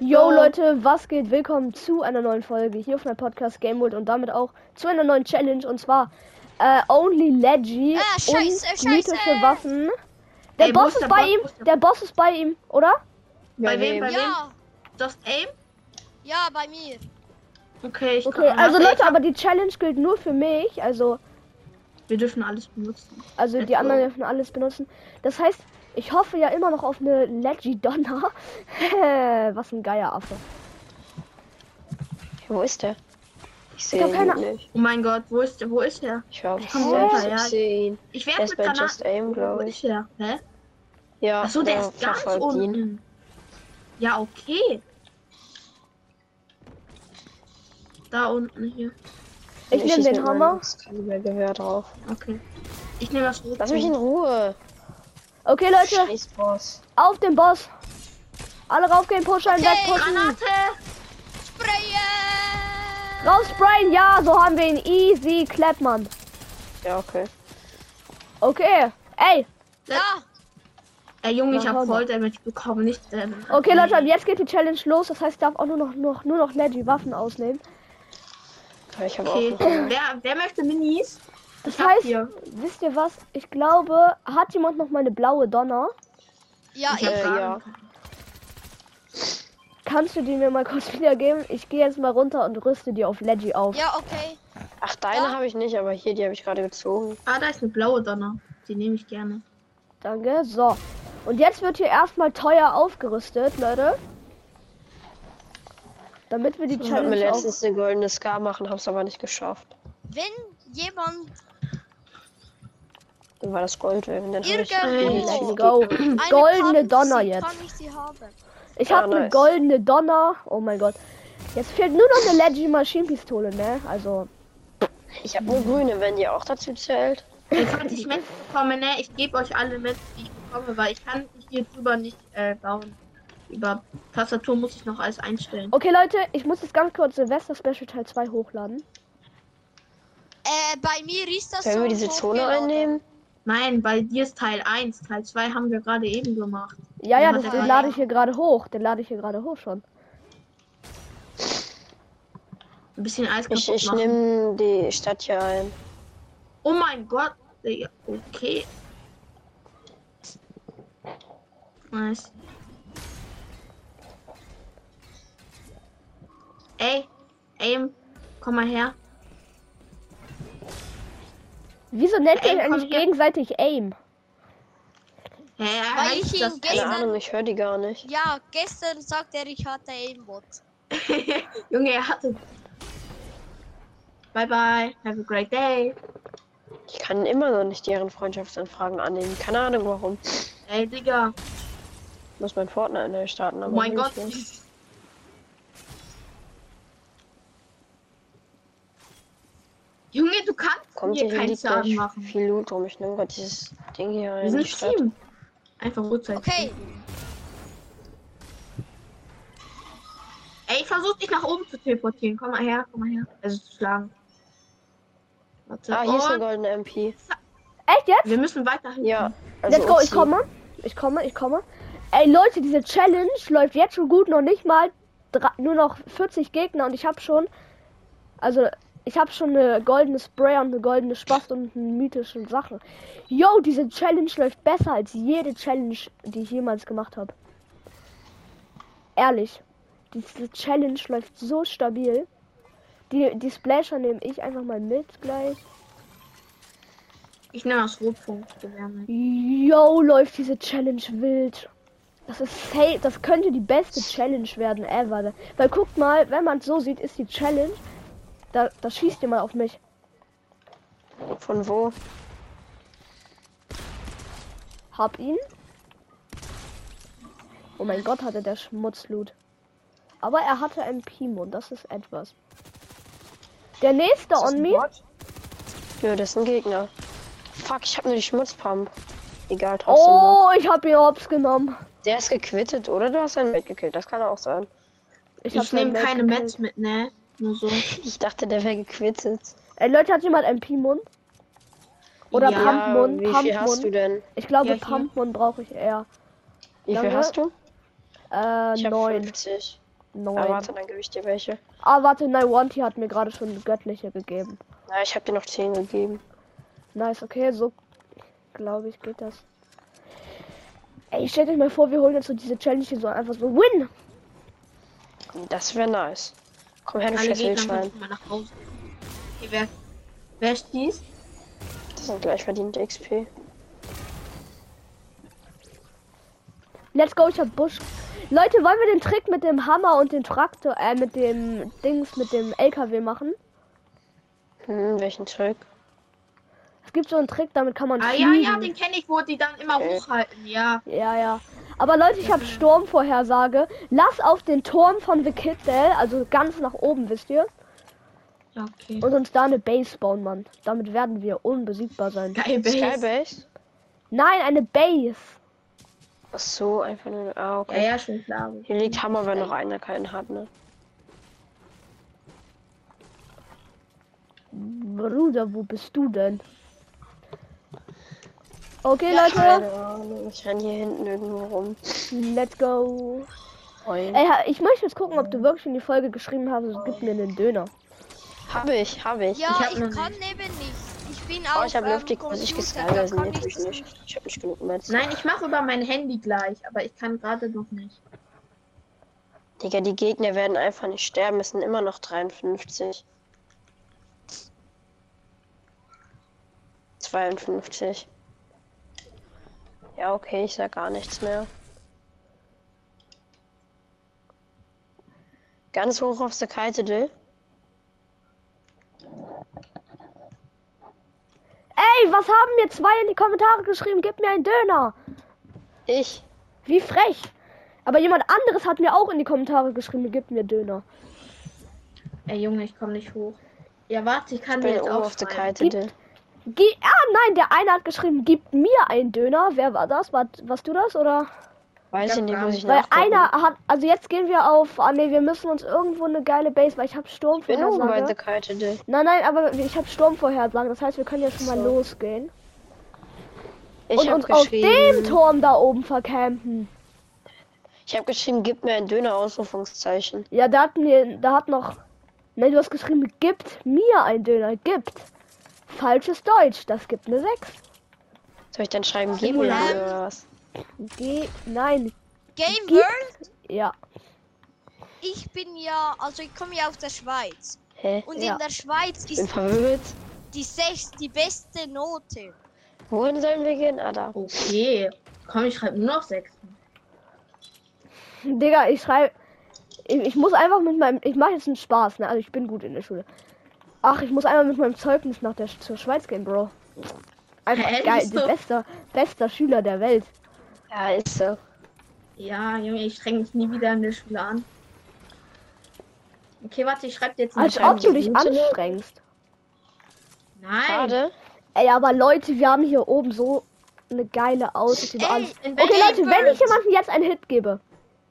Ähm, Yo Leute, was geht? Willkommen zu einer neuen Folge hier auf meinem Podcast Game World und damit auch zu einer neuen Challenge und zwar äh, Only Leggy Ah, scheiße, und scheiße. mythische Waffen. Der Ey, wo Boss ist ist der bei Bo- ihm, wo ist der- der Boss ist bei ihm, oder? Bei wem? Bei wem? Ja, Just aim? ja, bei mir. Okay, ich Okay, kann- also Ey, Leute, aber die Challenge gilt nur für mich, also Wir dürfen alles benutzen. also die Ach so. anderen dürfen alles benutzen. Das heißt, ich hoffe ja immer noch auf eine Leggy Donner. was ein geiler Affe. Wo ist der? Ich Ich sehe hab ihn keine- nicht. Oh mein Gott, wo ist der? Wo ist er? Ich war auf komm runter, ja. ich sehe ihn. Ich Er werde ist mit bei Granaten. Just Aim, wo glaube ich. ist er? Hä? Ja, Achso, der er ist ganz verfolgt unten. ihn. Ja, okay. Da unten hier. Ich nehm schieß den mit Hammer. meinem Excalibur-Gewehr drauf. Okay. Ich nehme das rot. Lass mich in Ruhe. Okay Leute, Scheiß Boss. auf den Boss. Alle raufgehen, pushen, Okay, wegpushen. Granate! Sprayen! Rausbrayen, ja, so haben wir ihn. Easy, Kleppmann. Ja, okay. Okay. Ey, Ja, Ey Junge, ich Na, hab Hammer. voll Damage bekommen, nicht ähm, Damage. okay, Leute, ab jetzt geht die Challenge los. Das heißt, ich darf auch nur noch, noch, nur noch Leggy Waffen ausnehmen. Ja, Ich habe Okay. auch noch. wer, wer möchte Minis? Das hab heißt, hier. wisst ihr was? Ich glaube, hat jemand noch meine blaue Donner? ja, Ich hab Äh, Fragen. ja. Kannst du die mir mal kurz wiedergeben? Ich gehe jetzt mal runter und rüste die auf Leggy auf. ja, okay. Ach, deine Ja. habe ich nicht, aber hier, die habe ich gerade gezogen. Ah, da ist eine blaue Donner. Die nehme ich gerne. Danke. So. Und jetzt wird hier erstmal teuer aufgerüstet, Leute. Damit wir die Ich habe mir Challenge auch... letztens eine goldene Scar machen, habe es aber nicht geschafft. Wenn jemand Dann war das Gold weg. Und dann habe ich Irgendwo. ganz viele Let's go. Gegner. eine Goldene Karte Donner sieht, jetzt. kann ich sie haben. Ich Ja, habe eine nice. goldene Donner. Oh mein Gott. Jetzt fehlt nur noch eine Leggy Maschinenpistole, ne? Also, Ich habe eine grüne, wenn die auch dazu zählt. Ey, falls ich Mets bekomme, ne, ich gebe euch alle Mets, die ich bekomme, weil ich kann hier drüber nicht äh, bauen. Über Tastatur muss ich noch alles einstellen. okay Leute, ich muss jetzt ganz kurz Silvester Special Teil 2 hochladen. Äh, bei mir ist das Können so genau wir diese Zone hochgeladen. einnehmen? Nein, bei dir ist Teil 1. Teil 2 haben wir gerade eben gemacht. Ja, ja, Ja, das, den geil. lade ich hier gerade hoch. Den lade ich hier gerade hoch schon. Ein bisschen Eis Ich, kaputt ich machen. nehme die Stadt hier ein. Oh mein Gott. Digga. Okay. Nice. Ey, aim, komm mal her. Wieso nennt ihr Aim, euch komm eigentlich her. gegenseitig Aim? Hä, Weil heißt ich das ihn Keine Gestern- Ahnung, ich höre die gar nicht. Ja, gestern sagt er, ich hatte Aimbot. Junge, er hatte. Bye bye, have a great day. Ich kann immer noch nicht deren Freundschaftsanfragen annehmen. Keine Ahnung warum. Ey, Digga, Ich muss mein Fortnite neu starten. oh Aber mein will Gott. ich nicht. Junge, du kannst Kommt hier hier keinen liegt Schaden gleich machen. viel Loot rum. Ich nehme gerade dieses Ding hier Wir ein. sind die Stadt. Team. Einfach Uhrzeit. Okay, Ey, versuch dich nach oben zu teleportieren. Komm mal her, komm mal her. Also zu schlagen. Warte. Ah, hier ist eine Und goldene MP. Echt jetzt? wir müssen weiterhin. Ja. Also Let's go, ich Uzi. komme. Ich komme, ich komme. Ey Leute, diese Challenge läuft jetzt schon gut, noch nicht mal dra- nur noch 40 Gegner und ich habe schon also ich habe schon eine goldene Spray und eine goldene Spast und eine mythische Sache. Yo, diese Challenge läuft besser als jede Challenge, die ich jemals gemacht habe. Ehrlich, diese Challenge läuft so stabil. Die, die Splasher nehme ich einfach mal mit gleich. Ich nehme das Rotpunkt. Gewehr. Yo, läuft diese Challenge wild. Das ist safe, das könnte die beste Challenge werden ever. Weil guckt mal, wenn man es so sieht, ist die Challenge. Da, da schießt jemand auf mich. Von wo? Hab ihn. Oh mein Gott, hatte der Schmutzlut. Aber er hatte einen Pimon, das ist etwas. Der nächste on me. Nö, das ist ein Gegner. Fuck, ich habe nur die Schmutzpump. Egal, trotzdem. noch. Oh, ich hab ihn hops genommen. Der ist gequittet, oder? Du hast einen Mate gekillt. Das kann auch sein. Ich, Ich, hab seinen nehme Mate keine gekillt. Mets mit, ne? Nur so. Ich dachte, der wäre gequittet. Ey, Leute, hat jemand einen Pimon? Oder Ja, Pumpmon? wie viel hast du Pumpmon. denn? Ich glaube, Ja, hier. Pumpmon brauche ich eher. Wie Lange? viel hast du? Äh, Ich habe ne- neun. 50. Ah, Neun. Aber warte, dann gebe ich dir welche. Ah, warte, Naiwanti hat mir gerade schon göttliche gegeben. Na, ich habe dir noch 10 gegeben. Nice, okay, so glaube ich geht das. Ey, stellt euch mal vor, wir holen jetzt so diese Challenge hier so einfach so Win. Das wäre nice. Komm her, du Alle scheiß Gegner Wildschwein. müssen mal nach Hause. Okay, wer, wer schießt? Das sind gleich verdiente XP. Let's go, ich hab Busch. Leute, wollen wir den Trick mit dem Hammer und dem Traktor, äh, mit dem Dings, mit dem LKW machen? Hm, welchen Trick? Es gibt so einen Trick, damit kann man Ah, ja, ja, fliegen. den kenne ich, wo die dann immer Okay. hochhalten. Ja, ja, ja. Aber Leute, Mhm. ich habe Sturmvorhersage. Lass auf den Turm von The Kittel, also ganz nach oben, wisst ihr? ja, okay. Und uns da eine Base bauen, Mann. Damit werden wir unbesiegbar sein. Geil, Base. Skybase? Nein, eine Base. Ach so, einfach nur. Ah, Ja, okay. ja, schon klar. Hier liegt Hammer, wenn noch einer keinen hat, ne? Bruder, wo bist du denn? Okay, Leute, Keine Ahnung, ich renn hier hinten irgendwo rum. let's go. Heul. Ey, ha- ich möchte jetzt gucken, ob du wirklich in die Folge geschrieben hast, es gibt mir einen Döner. Habe ich, habe ich. Ja, Ich hab ich, noch nicht. kann eben nicht. Ich bin Oh, auch ich habe luftig, muss ich da geskydivesen. kann Nee, hab ich ich nicht. Ich habe nicht genug Metz. Nein, ich mache über mein Handy gleich, aber ich kann gerade noch nicht. Digga, die Gegner werden einfach nicht sterben. Es sind immer noch 53. 52. Ja, okay, ich sag gar nichts mehr. Ganz hoch auf der Kite, Dill. Ey, was haben mir zwei in die Kommentare geschrieben? Gib mir einen Döner. Ich. Wie frech. Aber jemand anderes hat mir auch in die Kommentare geschrieben, gib mir Döner. Ey, Junge, ich komme nicht hoch. Ja, warte, ich kann Ich dir bin jetzt oben auch. auf der Kite, Dill. Ge ah, nein, der eine hat geschrieben, gib mir einen Döner. Wer war das? War, warst du das oder? Weiß Ich ich hab nicht, gar muss ich nicht. Weil nachgucken. einer hat, also jetzt gehen wir auf, ah ne, wir müssen uns irgendwo eine geile Base, weil ich habe Sturm Ich bin oben bei der vorher. Kite, Dill. Nein, nein, aber ich habe Sturmvorhersagen, das heißt, wir können ja schon mal So. losgehen. Ich und habe uns auf dem geschrieben. Turm da oben vercampen. Ich habe geschrieben, gib mir ein Döner Ausrufungszeichen. Ja, da hat mir, da hat noch, nein, du hast geschrieben, gibt mir ein Döner, gibt. Falsches Deutsch, das gibt eine 6. Soll ich dann schreiben, gib mir Simulan. einen Döner oder was? G, nein, Game Gibt- World, ja, ich bin ja, also ich komme ja aus der Schweiz. Hä? Und Ja. in der Schweiz Ich bin ist verwirrt. die 6 die beste Note. Wohin sollen wir gehen? Ah, da. Okay. Komm, ich schreibe nur noch sechs. Digga, ich schreibe, ich, ich muss einfach mit meinem, ich mache jetzt einen Spaß, ne, also ich bin gut in der Schule. Ach, ich muss einmal mit meinem Zeugnis nach der Sch- zur Schweiz gehen, Bro. Einfach Hä, geil, wieso? der bester, bester Schüler der Welt. Ja, ist so. Ja, Junge, ich streng mich nie wieder in der Schule an. Okay, warte, ich schreibe jetzt Als Schein. ob du dich gute Note. anstrengst. Nein. Schade. Ey, aber Leute, wir haben hier oben so eine geile Aussicht über Ey, alles. in Okay, Berlin Leute, wenn ich Birds. jemandem jetzt einen Hit gebe,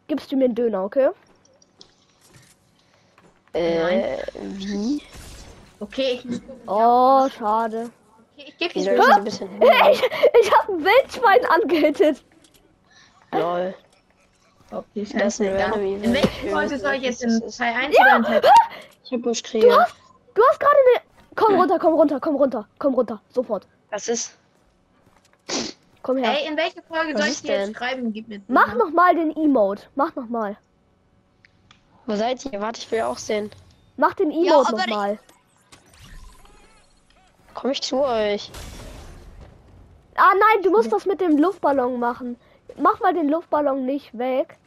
gibst du mir einen Döner, okay? Äh, wie? Okay, ich, okay, Oh, schade. ich gebe Wie dich soll ich durch. die ein bisschen. Ich, ich habe ein Wildschwein angehittet. Lol. Okay, Das ist scheiße. ein egal. random Event. In welcher Ich Folge weiß soll ich nicht, jetzt was in das ist. Teil 1 oder in Teil Ich hab geschrieben. Du hast gerade eine. Komm runter, komm runter, komm runter, komm runter, sofort. Was ist? Komm her. Ey, in welche Folge Was soll ich ist dir jetzt denn? schreiben? Gib mir. Mach noch mal den Emote. Mach noch mal. Wo seid ihr? Warte, ich will auch sehen. Mach den Ja, Emote aber noch mal. Komm ich zu euch? Ah nein, du musst das mit dem Luftballon machen. Mach mal den Luftballon nicht weg.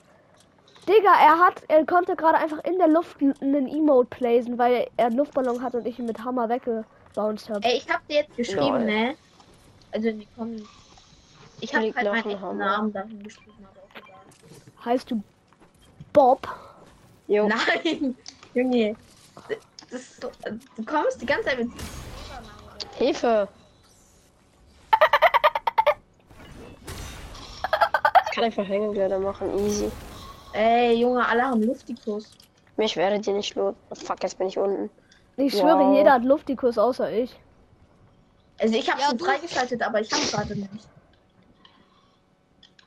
Digga, er hat, er konnte gerade einfach in der Luft l- einen Emote placen, weil er einen Luftballon hat und ich ihn mit Hammer weggebounced habe. Ey, ich hab dir jetzt Lol. geschrieben, ne? Also in die Kommis. Ich hab Liegt halt noch meinen ein echten Hammer. Namen dahin geschrieben, aber auch egal. Heißt du Bob? Jo. Nein, Junge. Das ist so, du kommst die ganze Zeit mit. Hilfe. Ich kann einfach Hängegläder machen. Easy. Ey, Junge, alle haben Luftikus. Mich werdet ihr nicht los. Oh, fuck, jetzt bin ich unten. Ich schwöre, Wow. jeder hat Luftikus außer ich. Also ich hab's Ja, schon du- freigeschaltet, aber ich hab gerade nicht.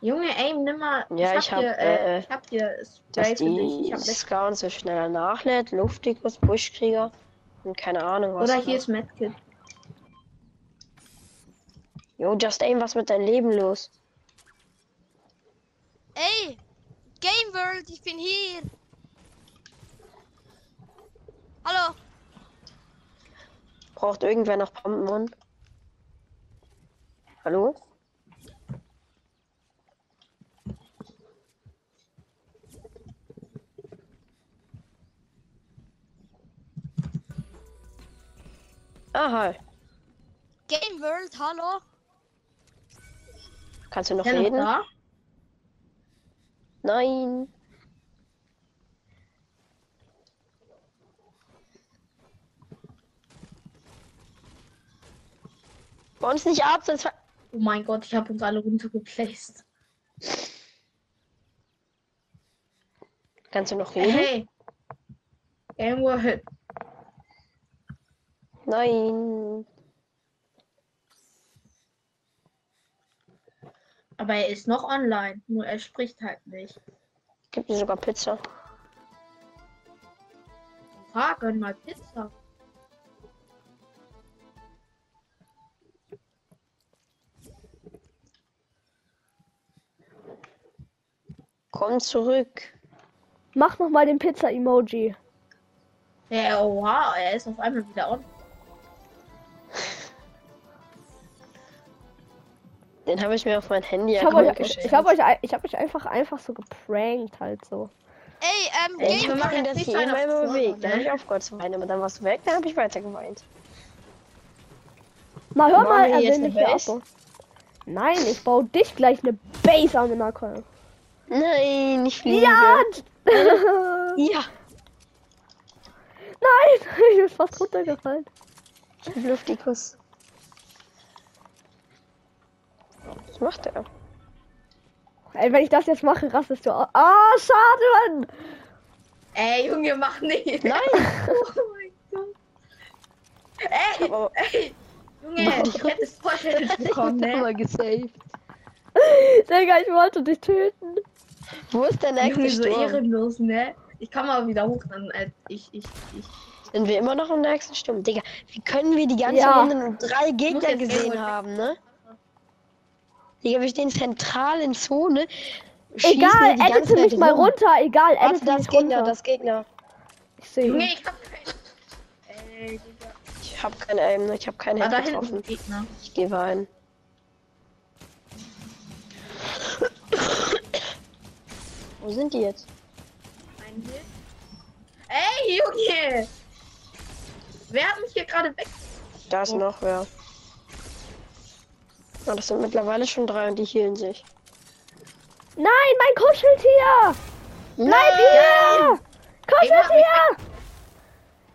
Junge, aim, nimm mal. Ja, ich hab, hier, äh, äh, ich hab hier Dass Spray für dich. die Ich hab Med- Scout so schneller nachlädt, Luftikus, Buschkrieger und keine Ahnung was. Oder noch. hier ist Medkit. Jo, Just Aim, was mit deinem Leben los? Ey, Game World, ich bin hier. Hallo, Braucht irgendwer noch Pumpenmann? Hallo? Aha, Game World, hallo. kannst du noch Ja, noch reden? da? Nein. Bei uns nicht ab, sonst. ver- Oh mein Gott, ich hab uns alle runtergeplaced. Kannst du noch reden? Hey! Game World. Nein. Aber er ist noch online, nur er spricht halt nicht. Gibt mir sogar Pizza. Frag gönn mal Pizza. Komm zurück. Mach noch mal den Pizza-Emoji. Hey, oh, wow, er ist auf einmal wieder on. Den habe ich mir auf mein Handy Ich habe euch, geschickt. ich hab euch, ein- ich hab euch einfach, einfach so geprankt halt so. Ey, ähm, Ey, ich Game will machen, jetzt dass nicht ich immer einer immer vorne, bewegt. Dann ne? habe ich aufgehört zu weinen, aber dann warst du weg, dann habe ich weiter geweint. Mal hör Machen mal, wir er will jetzt eine nicht mehr Base? abbauen. Nein, ich baue dich gleich eine Base an in der Köln. Nein, ich fliege. Ja! ja. Nein! Ich bin fast runtergefallen. Ich hab Luftikus. Was macht er? Ey, wenn ich das jetzt mache, rastest du aus. Ah, schade, Mann! Ey, Junge, mach nicht. Nein! Oh mein Gott. Ey, Aber ey. Junge, ich hätte es vorstellen bekommen, ne? gesaved. Digga, ich wollte dich töten. Wo ist der nächste Junge, so Sturm? ehrenlos, ne? Ich kann mal wieder hoch, dann äh, ich, ich, ich. Sind wir immer noch im nächsten Sturm? Digga, wie können wir die ganze Ja. Runde nur drei Gegner jetzt gesehen irgendwo- haben, ne? Digga, wir stehen zentral in Zone. schießen hier Egal, die ganze edite mich Zeit mal rum. runter. Egal, Warte, edite das mich Gegner, runter. das Gegner. Ich sehe Junge, ihn. ich hab kein. Ey, Digga. Ich hab kein Aim, ne? ich hab keinen Ah, da Hit hinten getroffen. ist Gegner. Ich geh rein. Wo sind die jetzt? Ein Hit. Ey, Junge! Wer hat mich hier gerade weg? Da ist Oh. noch wer. Oh, das sind mittlerweile schon drei und die healen sich. Nein, mein Kuscheltier! Bleib hier! Kuscheltier!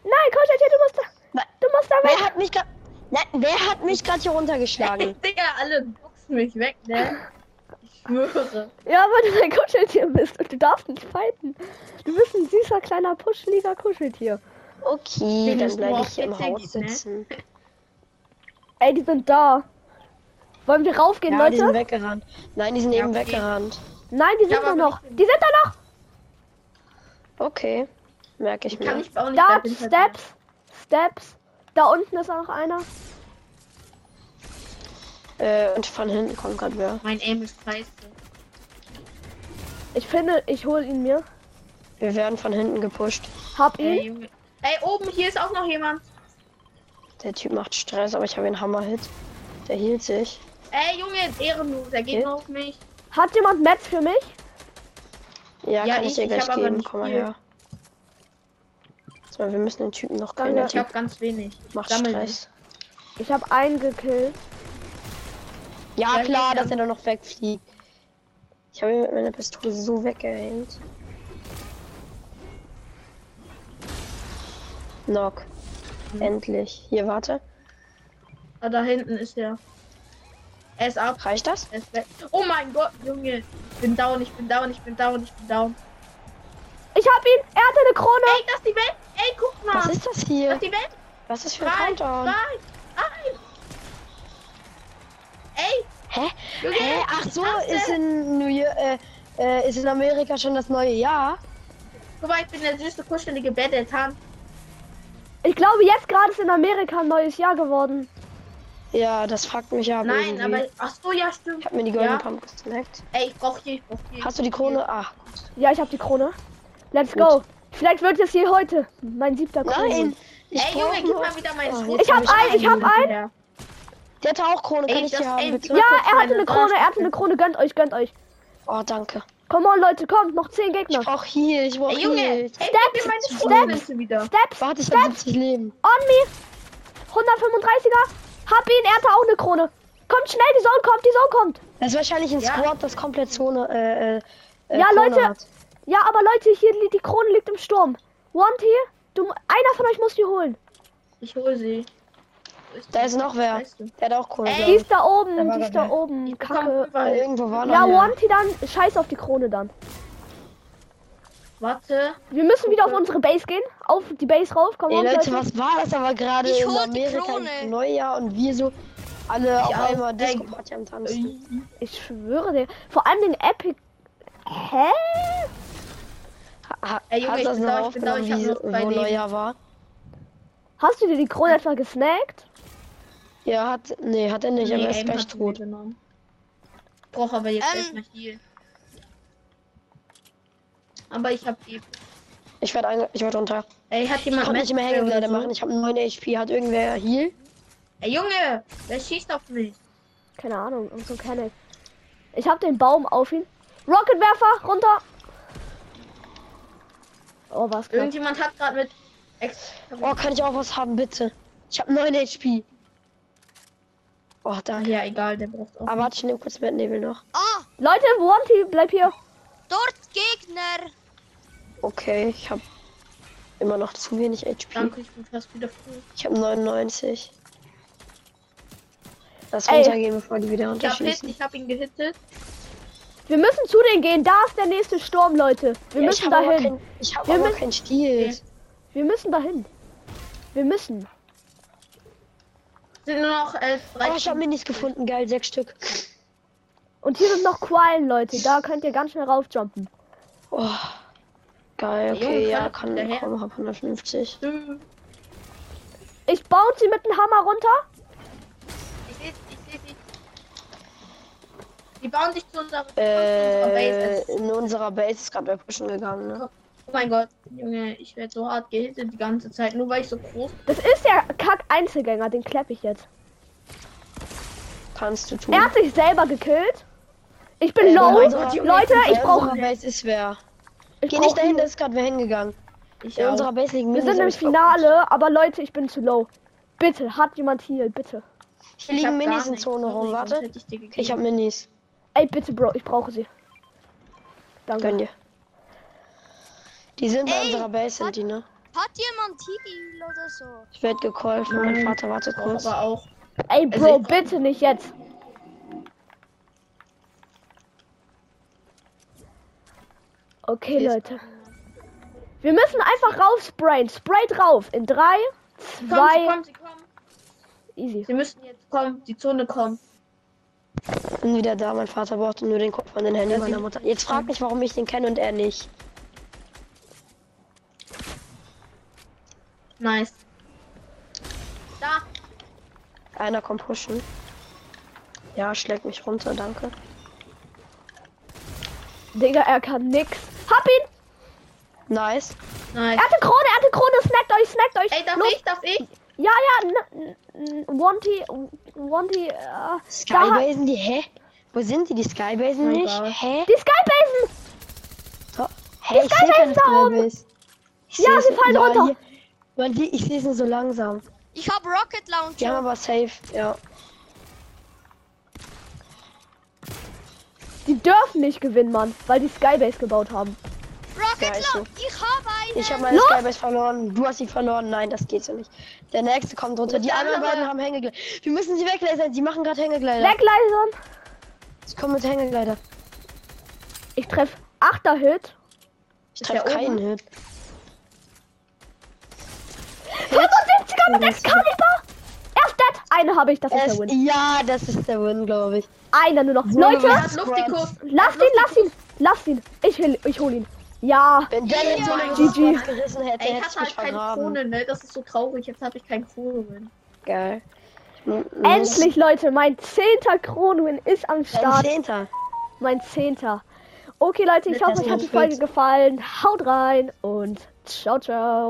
Nein, Kuscheltier, du musst da. Nein. Du musst da Wer weg. hat mich gerade. Nein, wer hat mich gerade hier runtergeschlagen? Digga, alle boxen mich weg, ne? Ich schwöre. Ja, weil du mein Kuscheltier bist und du darfst nicht fighten. Du bist ein süßer kleiner puscheliger Kuscheltier. Okay, Wenn dann es nur bleibe auf ich hier im PC Haus geht, ne? sitzen. Ey, die sind da. Wollen wir raufgehen, Ja, die sind Leute? weggerannt. Nein, die sind Ja, eben okay. weggerannt. Nein, die sind Ja, da aber noch. wenn Die sind da noch. Okay, merke ich Kann mir. ich auch nicht Da, weit hinter dir. Steps. Steps. Da unten ist auch einer. Äh, und von hinten kommt gerade wer. Mein Aim ist scheiße. Ich finde, ich hole ihn mir. Wir werden von hinten gepusht. Hab Ey, Hm? ihn. Junge. Ey, oben, hier ist auch noch jemand. Der Typ macht Stress, aber ich habe einen Hammerhit. Der hielt sich. Ey, Junge, ehrenlos, er geht Hit. nur auf mich. Hat jemand Metz für mich? Ja, Ja, kann ich, ich- dir ich gleich hab aber geben. nicht Komm mal viel. her. So, wir müssen den Typen noch killen. Ja, Der Ich Typ hab ganz wenig. macht sammel Stress. Ich habe einen gekillt. Ja, Ja, klar, geht dass ja. er da noch wegfliegt. Ich habe ihn mit meiner Pistole so weggehängt. Knock. Hm. Endlich. Hier, warte. Ah, da hinten ist er. Er ist ab, Reicht das? er ist weg. Oh mein Gott, Junge. Ich bin down, ich bin down, ich bin down, ich bin down. Ich hab ihn. Er hatte eine Krone. Ey, das ist die Welt. Ey, guck mal. Was Das ist ist das hier? die Welt. Was ist für ein Ah. Nein, Countdown? nein, nein. Ey, Hä? Junge, Hä? Ach so, Taste. ist in New Year, äh, äh, ist in Amerika schon das neue Jahr? Guck mal, ich bin der süße, kuschelige Betteltan. Ich glaube, jetzt gerade ist in Amerika ein neues Jahr geworden. Ja, das fragt mich ja. Nein, irgendwie. aber. Ach so, ja, stimmt. Ich hab mir die goldene Ja. Pump gesnackt. Ey, ich brauch hier, ich brauch hier. Hast du die Krone? Ah, Ja, ich habe die Krone. Let's Gut. go. Vielleicht wird es hier heute mein siebter Krone. Nein! Ich Ey, Junge, brauch gib nur- mal wieder meine Oh, Schuhe. jetzt Ich hab einen, ich hab einen. Ja. Der hatte auch Krone, kann Ey, ich das- die haben, ey, bitte? das- Ja, kurz er hatte meine eine Krone, er hatte Sonderstufe. eine Krone. Gönnt euch, gönnt euch. Oh, danke. Come on, Leute, kommt. Noch 10 Gegner. Ich brauch Heal, ich brauch Ey, Junge, ey, Heal. gib mir meine Steps, Schuhe wieder. Steps, Warte, ich hab Steps, 70 Leben. on me. 135er. Hab ihn, er hatte auch eine Krone. Kommt schnell, die Zone kommt, die Zone kommt. Das ist wahrscheinlich ein Ja. Squad, das komplett Zone, äh, äh, äh, Ja, Krone Leute. Hat. Ja, aber Leute, hier li- die Krone liegt im Sturm. Wanty, du, einer von euch muss die holen. Ich hol sie. Wo Da ist noch wer. Weißt du. Der hat auch Krone. Ey, Die Ey, ist da oben, Da war die doch ist da wer. oben. Komm, Kacke. überall. irgendwo war noch Ja, wer. Wanty dann, scheiß auf die Krone dann. Warte. Wir müssen wieder auf unsere Base gehen. Auf die Base rauf, komm Ey, on, Leute, was war das aber gerade Ich in hol die Amerika Krone. im Neujahr und wir so alle auf auch. einmal Ey. Disco-Party am Tanzen. Ich schwöre dir. Vor allem den Epic. Hä? Ha, ha, Ey, Junge, hast ich du das bin noch sauer, ich bin sauer, aufgenommen, ich hab wie nur wo zwei Leben. Neujahr war? Hast du dir die Krone etwa gesnackt? Ja, hat, nee, hat er nicht, aber er ist Aim gleich hat sie mir tot. genommen. Ich brauche aber jetzt Ähm. erstmal Heal. Aber ich hab die. Ich werd, ange- ich werd runter. Ey, hat Ich jemand konnte nicht mehr Messer oder Hängeglide so? machen, ich habe 9 HP, hat irgendwer Heal? Ey, Junge, wer schießt auf mich? Keine Ahnung, und so kenne ich. Ich hab den Baum auf ihn. Rocketwerfer, runter! Oh, was knapp. Irgendjemand hat gerade mit. Ex Oh, kann ich auch was haben, bitte? Ich habe 9 HP. Oh, da. Ach Ah, ja, egal, der braucht auch. Aber warte, ich nehme kurz Mad Nebel noch. Ah, Leute, Wanty, bleib hier. dort Gegner. Okay, ich habe immer noch zu wenig HP. Danke, ich bin fast wieder früh. Ich habe 99. Lass Ey. runtergehen, bevor die wieder Ich hab, hit, runterschießen. ich hab ihn gehittet. Wir müssen zu denen gehen. Da ist der nächste Sturm, Leute. Wir Ja, ich müssen habe aber, dahin. kein, ich hab Wir aber müssen- kein Stil. Wir müssen dahin. Wir müssen. Sind nur noch äh, drei. Oh, ich habe Minis gefunden, geil, sechs Stück. Und hier sind noch Quallen, Leute. Da könnt ihr ganz schnell raufjumpen. Oh, geil, Der Junge okay, ja, kann kann daher. komm, hab 150. Stimmt. Ich baue sie mit dem Hammer runter. Ich seh, ich seh sie. Die bauen sich zu unserer, zu unserer Äh, Base. Es- in unserer Base ist gerade wer pushen gegangen, ne? Oh mein Gott, Junge, ich werde so hart gehittet die ganze Zeit, nur weil ich so groß bin. Das ist der Kack-Einzelgänger. Den klepp ich jetzt. Kannst du tun. Er hat sich selber gekillt. Ich bin Äh, low. bei unserer- Leute, bei ich brauche. unserer Base ist wer. Ich Geh brauch nicht dahin, da ist gerade wer hingegangen. Ich In auch. unserer Base liegen Wir Minis, sind aber im ich glaub- Finale, aber Leute, ich bin zu low. Bitte, hat jemand Heal, bitte. Hier Ich hab liegen gar Minis in nichts, Zone sorry, rum, sonst warte. hätte Ich, dir gegeben. Ich hab Minis. Ey, bitte, Bro, ich brauche sie. Danke. Gönn dir. Die sind bei Ey, unserer Base, sind hat- die, ne? Hat jemand Heal oder so? Ich werd gecallt von meinem Nein. Vater, wartet kurz. aber auch. Ey, Also Bro, ich- bitte nicht jetzt. Okay, Hier ist- Leute. Wir müssen einfach rauf sprayen. Spray drauf. In drei, Komm, zwei, sie kommen, sie kommen. easy. Sie müssen jetzt kommen, die Zone kommt. Bin wieder da, mein Vater brauchte nur den Kopf von den Handy Ja, meiner sie- Mutter. Jetzt frag mich, warum ich den kenne und er nicht. Nice. Da, Einer kommt pushen. Ja, schlägt mich runter, danke. Digga, er kann nix. Hab ihn! Nice. Er nice. hat eine Krone, er hat eine Krone. Snackt euch, snackt euch. Ey, darf Los. ich, darf ich? Ja, ja. Wanty, Wanty. Äh, da hat- Skybasen, die, hä? Wo sind die? Die Skybasen Oh nicht? Gott. Hä? die Skybasen! Hä? Hey, ich sehe Skybasen keine da oben. Skybase. Ich Ja, seh's- sie fallen ja, runter. Hier, man, die, ich sehe sie so langsam. Ich hab Rocket Die haben Launcher. aber safe, ja. Die dürfen nicht gewinnen, Mann, weil die Skybase gebaut haben. Ja, Rocket ist so. Launcher. Ich hab einen. Ich habe meine Los! Skybase verloren. Du hast sie verloren. Nein, das geht so nicht. Der nächste kommt runter. Und Die der anderen andere? beiden haben Hängegleiter. Wir müssen sie weglasern. Die machen gerade Hängegleiter. Wegleisern. Ich komme mit Hängegleiter. Ich treffe achter Hit. Ich Ist treffe der oben? keinen Hit. 75er mit Excalibur. Er ist dead. Eine habe ich, das ist Es, der Win. ja, das ist der Win, glaube ich. Einer nur noch. Leute, Er hat Luftikus. lasst ihn, lasst ihn, lasst ihn. Ich, will- ich hol ihn. Ja. Wenn Dennis Ja. so lange GG. was gerissen hätte, Ey, ich hätte ich hatte mich halt keine vergraben. Krone, ne? Das ist so traurig. Jetzt habe ich keine Krone mehr. Geil. M- Endlich, Leute, mein zehnter Kronwin ist am Dein Start. Zehnter. Mein zehnter. Okay, Leute, ich Das hoffe, euch war hat die kurz. Folge gefallen. Haut rein und ciao, ciao.